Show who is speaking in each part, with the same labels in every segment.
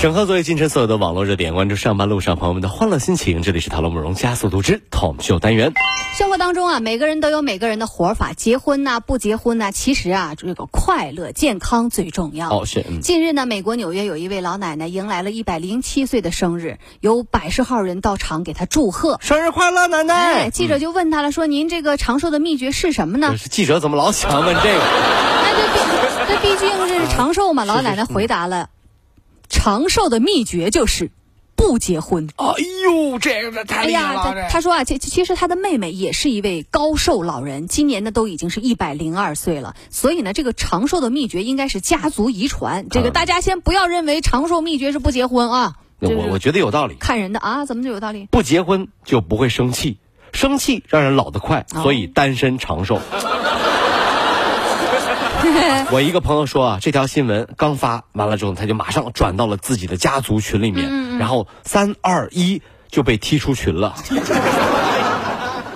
Speaker 1: 整合作为今晨所有的网络热点，关注上班路上朋友们的欢乐心情。这里是《讨论慕容加速度之 Tom 秀》单元。
Speaker 2: 生活当中啊，每个人都有每个人的活法，结婚呐、不结婚呐、其实啊，这个快乐健康最重要。
Speaker 1: 哦，是，嗯，
Speaker 2: 近日呢，美国纽约有一位老奶奶迎来了一百零七岁的生日，有百十号人到场给她祝贺。
Speaker 1: 生日快乐，奶
Speaker 2: 哎，
Speaker 1: 奶！
Speaker 2: 记者就问她了，说您这个长寿的秘诀是什么呢
Speaker 1: 嗯可？是记者怎么老想问这个？
Speaker 2: 那这毕这毕竟
Speaker 1: 嗯
Speaker 2: 是长寿嘛。老奶奶回答了，长寿的秘诀就是不结婚。
Speaker 3: 哎呦，这个太
Speaker 2: 哎
Speaker 3: 厉害
Speaker 2: 呀，
Speaker 3: 了！
Speaker 2: 他
Speaker 3: 这
Speaker 2: 他说啊，其其实他的妹妹也是一位高寿老人，今年呢都已经是一百零二岁了，所以呢，这个长寿的秘诀应该是家族遗传。这个
Speaker 1: 嗯
Speaker 2: 大家先不要认为长寿秘诀是不结婚啊，
Speaker 1: 那
Speaker 2: 这
Speaker 1: 我
Speaker 2: 是
Speaker 1: 我觉得有道理，
Speaker 2: 看人的啊，怎么就有道理？
Speaker 1: 不结婚就不会生气，生气让人老得快，
Speaker 2: 哦
Speaker 1: 所以单身长 寿。我一个朋友说啊，这条新闻刚发完了之后，他就马上转到了自己的家族群里面，
Speaker 2: 嗯
Speaker 1: 然后三二一就被踢出群了。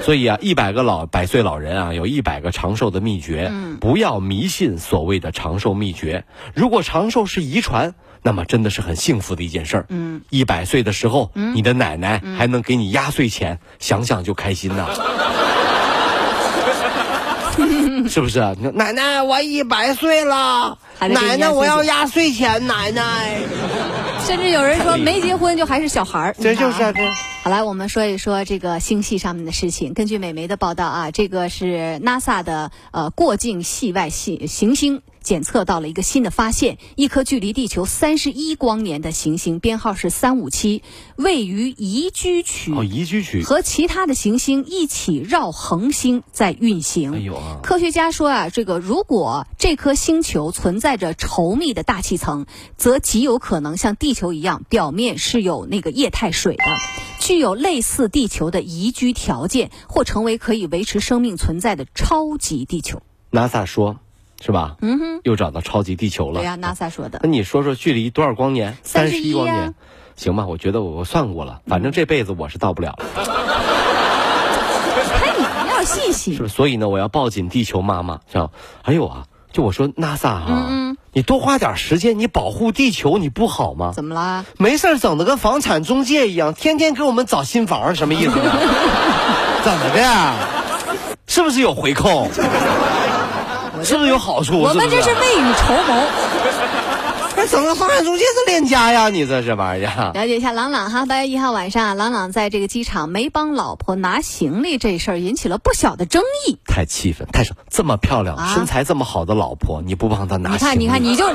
Speaker 1: 所以啊，一百个老百岁老人啊，有一百个长寿的秘诀。
Speaker 2: 嗯
Speaker 1: 不要迷信所谓的长寿秘诀。如果长寿是遗传，那么真的是很幸福的一件事儿。嗯，一百岁的时候，
Speaker 2: 嗯
Speaker 1: 你的奶奶还能给你压岁钱，想想就开心 呐、是不是啊？你说奶奶，我一百岁了，
Speaker 2: 还得给你
Speaker 1: 奶
Speaker 2: 压
Speaker 1: 奶，
Speaker 2: 岁
Speaker 1: 我要
Speaker 2: 钱
Speaker 1: 压岁钱，奶奶。
Speaker 2: 甚至有人说没结婚就还是小孩儿，
Speaker 1: 这
Speaker 2: 你看
Speaker 1: 就是啊，
Speaker 2: 啊
Speaker 1: 这
Speaker 2: 好来，我们说一说这个星系上面的事情。根据美媒的报道啊，这个是 NASA 的呃过境系外系行星检测到了一个新的发现，一颗距离地球三十一光年的行星，编号是三五七，位于宜居区。
Speaker 1: 哦，宜居区。
Speaker 2: 和其他的行星一起绕恒星在运行。
Speaker 1: 哎呦啊
Speaker 2: 科学家说啊，这个如果这颗星球存在着稠密的大气层，则极有可能像地球一样，表面是有那个液态水的，具有类似地球的宜居条件，或成为可以维持生命存在的超级地球。
Speaker 1: NASA 说，是吧？嗯哼，又找到超级地球了。
Speaker 2: 对哎呀、n a s a 说的。
Speaker 1: 那你说说距离多少光年？
Speaker 2: 31
Speaker 1: 十一光
Speaker 2: 呀
Speaker 1: 年，行吧？我觉得我我算过了，反正这辈子我是到不了了，
Speaker 2: 看你没有信
Speaker 1: 是
Speaker 2: 心，
Speaker 1: 不是？所以呢，我要抱紧地球妈妈，是吧？还有啊，就我说 NASA 啊，
Speaker 2: 嗯
Speaker 1: 你多花点时间，你保护地球，你不好吗？
Speaker 2: 怎么啦？
Speaker 1: 没事儿整的跟房产中介一样，天天给我们找新房，什么意思呢？ 怎么的？是不是有回扣？是不是有啊好处？
Speaker 2: 我们
Speaker 1: 不
Speaker 2: 这是未雨绸缪。
Speaker 1: 还整个房产中介是链家呀？你这这玩意儿啊，
Speaker 2: 了解一下朗朗哈，八月一号晚上啊，朗朗在这个机场没帮老婆拿行李这事儿引起了不小的争议。
Speaker 1: 太气愤！太爽！这么漂亮、
Speaker 2: 啊
Speaker 1: 身材这么好的老婆，你不帮她拿
Speaker 2: 你
Speaker 1: 行
Speaker 2: 看，
Speaker 1: 李？
Speaker 2: 你看，你就。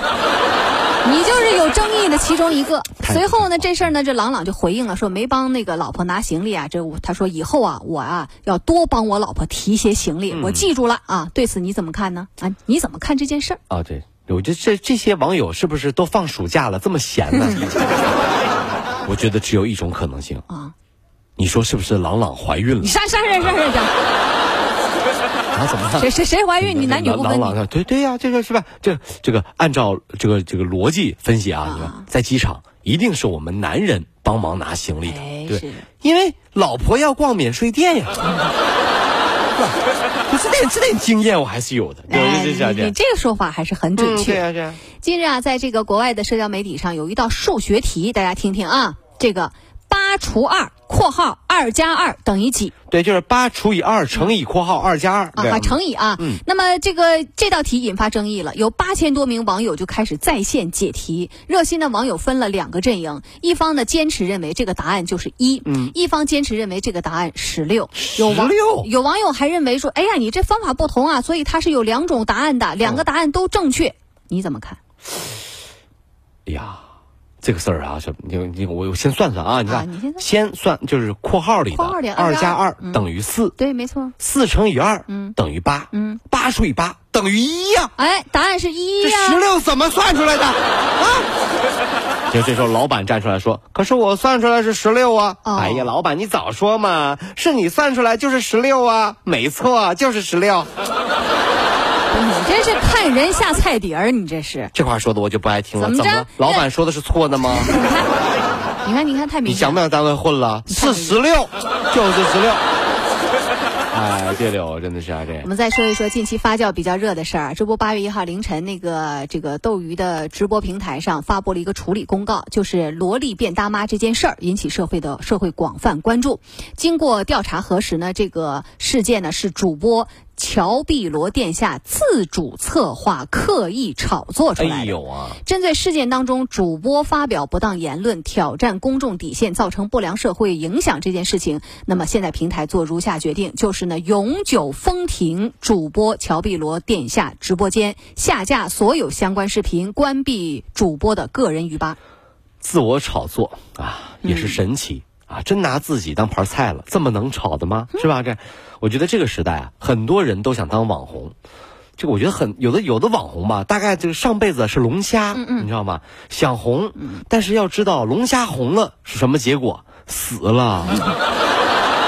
Speaker 2: 你就是有争议的其中一个。
Speaker 1: 太
Speaker 2: 随后呢，这事儿呢，这朗朗就回应了，说没帮那个老婆拿行李啊。这我他说以后啊，我啊要多帮我老婆提一些行
Speaker 1: 嗯
Speaker 2: 李，我记住了啊。对此你怎么看呢？啊，你怎么看这件事儿？
Speaker 1: 啊，对，我觉得这这些网友是不是都放暑假了，这么闲 呢？我觉得只有一种可能性
Speaker 2: 啊，
Speaker 1: 你说是不是朗朗怀孕了
Speaker 2: 你？删删删删删删，
Speaker 1: 啊，怎么了？
Speaker 2: 谁谁谁怀
Speaker 1: 嗯
Speaker 2: 哎孕？你男女不分
Speaker 1: 朗朗
Speaker 2: 你。
Speaker 1: 朗对对呀、这个是吧？这这个按照这个这个逻辑分析啊，你看在机场一定是我们男人帮忙拿行李的，
Speaker 2: 哎是
Speaker 1: 对，因为老婆要逛免税店呀。 不是这点这点经验我还是有的，对，
Speaker 2: 哎
Speaker 1: 就是这样
Speaker 2: 你你这个说法还是很准确。
Speaker 1: 对啊，
Speaker 2: 近日啊，在这个国外的社交媒体上有一道数学题，大家听听啊，这个八除二（括号二加二等于几
Speaker 1: 对，就是八除以二乘以括号二加二，）
Speaker 2: 啊？
Speaker 1: 对
Speaker 2: 啊，乘以啊。
Speaker 1: 嗯
Speaker 2: 那么这个这道题引发争议了，有八千多名网友就开始在线解题。热心的网友分了两个阵营，一方呢坚持认为这个答案就是一，
Speaker 1: 嗯
Speaker 2: 一方坚持认为这个答案十六。有网
Speaker 1: 16
Speaker 2: 有网友还认为说，哎呀，你这方法不同啊，所以它是有两种答案的，两个答案都正确。你怎么看？
Speaker 1: 哎呀，这个事儿啊，是你你我我先算算啊，你看，
Speaker 2: 啊你先算
Speaker 1: 算就是括号里的
Speaker 2: 括号里的
Speaker 1: 二加
Speaker 2: 2
Speaker 1: 二等于四，
Speaker 2: 对，没错。
Speaker 1: 四乘以二，嗯，等于八，嗯，八除以八等于一呀、
Speaker 2: 哎，答案是一
Speaker 1: 这
Speaker 2: 呀、
Speaker 1: 十六怎么算出来的 啊？就这时候，老板站出来说：“可是我算出来是十六啊！”
Speaker 2: 哦
Speaker 1: 哎呀，老板，你早说嘛，是你算出来就是十六啊，没错啊，就是十六。
Speaker 2: 哎你这是看人下菜碟儿，你这是。
Speaker 1: 这话说的我就不爱听了，
Speaker 2: 怎么着
Speaker 1: 了？老板说的是错的吗？
Speaker 2: 你看，你看，你看，太
Speaker 1: 你
Speaker 2: 明
Speaker 1: 想
Speaker 2: 显
Speaker 1: 不
Speaker 2: 了。
Speaker 1: 想单位混了？是十六，就是十六。 哎，别柳真的是啊，这
Speaker 2: 我们再说一说近期发酵比较热的事儿。这不，八月一号凌晨，那个这个斗鱼的直播平台上发布了一个处理公告，就是萝莉变大妈这件事儿引起社会的社会广泛关注。经过调查核实呢，这个事件呢是主播乔碧萝殿下自主策划、刻意炒作出来的。
Speaker 1: 哎呦啊，
Speaker 2: 针对事件当中主播发表不当言论、挑战公众底线、造成不良社会影响这件事情，那么现在平台做如下决定，就是呢永久封停主播乔碧萝殿下直播间，下架所有相关视频，关闭主播的个人鱼吧。
Speaker 1: 自我炒作啊，也
Speaker 2: 嗯
Speaker 1: 是神奇、啊！真拿自己当盘菜了，这么能炒的
Speaker 2: 嗯
Speaker 1: 吗？是吧？这，我觉得这个时代啊，很多人都想当网红。这个我觉得很有的有的网红吧，大概就是上辈子啊是龙虾，
Speaker 2: 嗯
Speaker 1: 你知道吗？想红，但是要知道龙虾红了是什么结果，死了。
Speaker 2: 嗯
Speaker 1: 嗯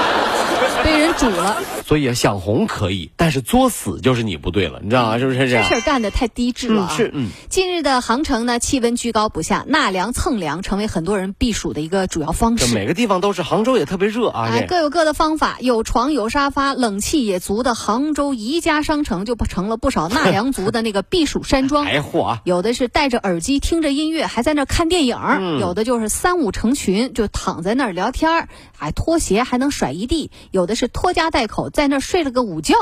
Speaker 2: 被人煮了，
Speaker 1: 所以啊想红可以，但是作死就是你不对了，你知道吗？是不是这
Speaker 2: 嗯这
Speaker 1: 样
Speaker 2: 事？儿干得太低智了
Speaker 1: 嗯，
Speaker 2: 啊！
Speaker 1: 是嗯，
Speaker 2: 近日的杭城呢，气温居高不下，纳凉蹭凉成为很多人避暑的一个主要方
Speaker 1: 这
Speaker 2: 式。
Speaker 1: 每个地方都是，杭州也特别热啊。
Speaker 2: 哎，
Speaker 1: 这
Speaker 2: 各有各的方法，有床有沙发，冷气也足的杭州宜家商城就不成了不少纳凉族的那个避暑山庄。
Speaker 1: 哎嚯啊！
Speaker 2: 有的是戴着耳机听着音乐，还在那儿看电影儿；
Speaker 1: 嗯
Speaker 2: 有的就是三五成群就躺在那儿聊天儿，还拖鞋还能甩一地；有的是拖家带口在那儿睡了个午觉。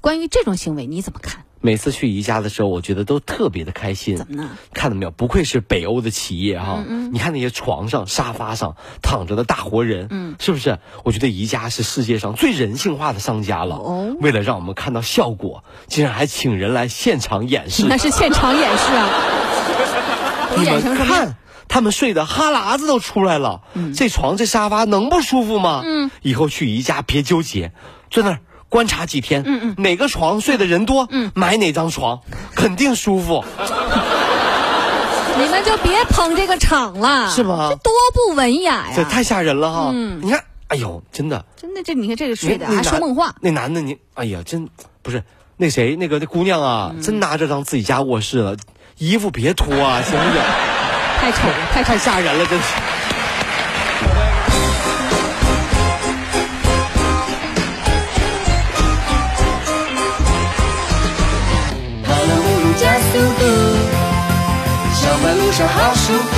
Speaker 2: 关于这种行为，你怎么看？
Speaker 1: 每次去宜家的时候，我觉得都特别的开心。
Speaker 2: 怎么呢？
Speaker 1: 看到没有？不愧是北欧的企业哈、你看那些床上、沙发上躺着的大活人，嗯，是不是？我觉得宜家是世界上最人性化的商家了。
Speaker 2: 哦
Speaker 1: 为了让我们看到效果，竟然还请人来现场 演示。
Speaker 2: 那是现场演示啊，
Speaker 1: 你
Speaker 2: 演成
Speaker 1: 们
Speaker 2: 什么样？
Speaker 1: 看，他们睡的哈喇子都出来了，这床这沙发能不舒服吗？嗯，以后去宜家别纠结，在那儿观察几天，嗯嗯，哪个床睡的人多，嗯，买哪张床，肯定舒服。
Speaker 2: 你们就别捧这个场了，
Speaker 1: 是吗
Speaker 2: 这多不文雅呀！
Speaker 1: 这太吓人了哈！你看，哎呦，真的，
Speaker 2: 真的，这你看这个
Speaker 1: 那
Speaker 2: 睡的
Speaker 1: 那
Speaker 2: 还说
Speaker 1: 男
Speaker 2: 梦话。
Speaker 1: 那男的你，哎呀，真不是那谁那个那姑娘啊，
Speaker 2: 嗯
Speaker 1: 真拿着当自己家卧室了，衣服别脱啊，行 不行？
Speaker 2: 太丑了，太丑
Speaker 1: 太吓人了，真是。
Speaker 4: 跑了五路加速度，上班路上好舒服。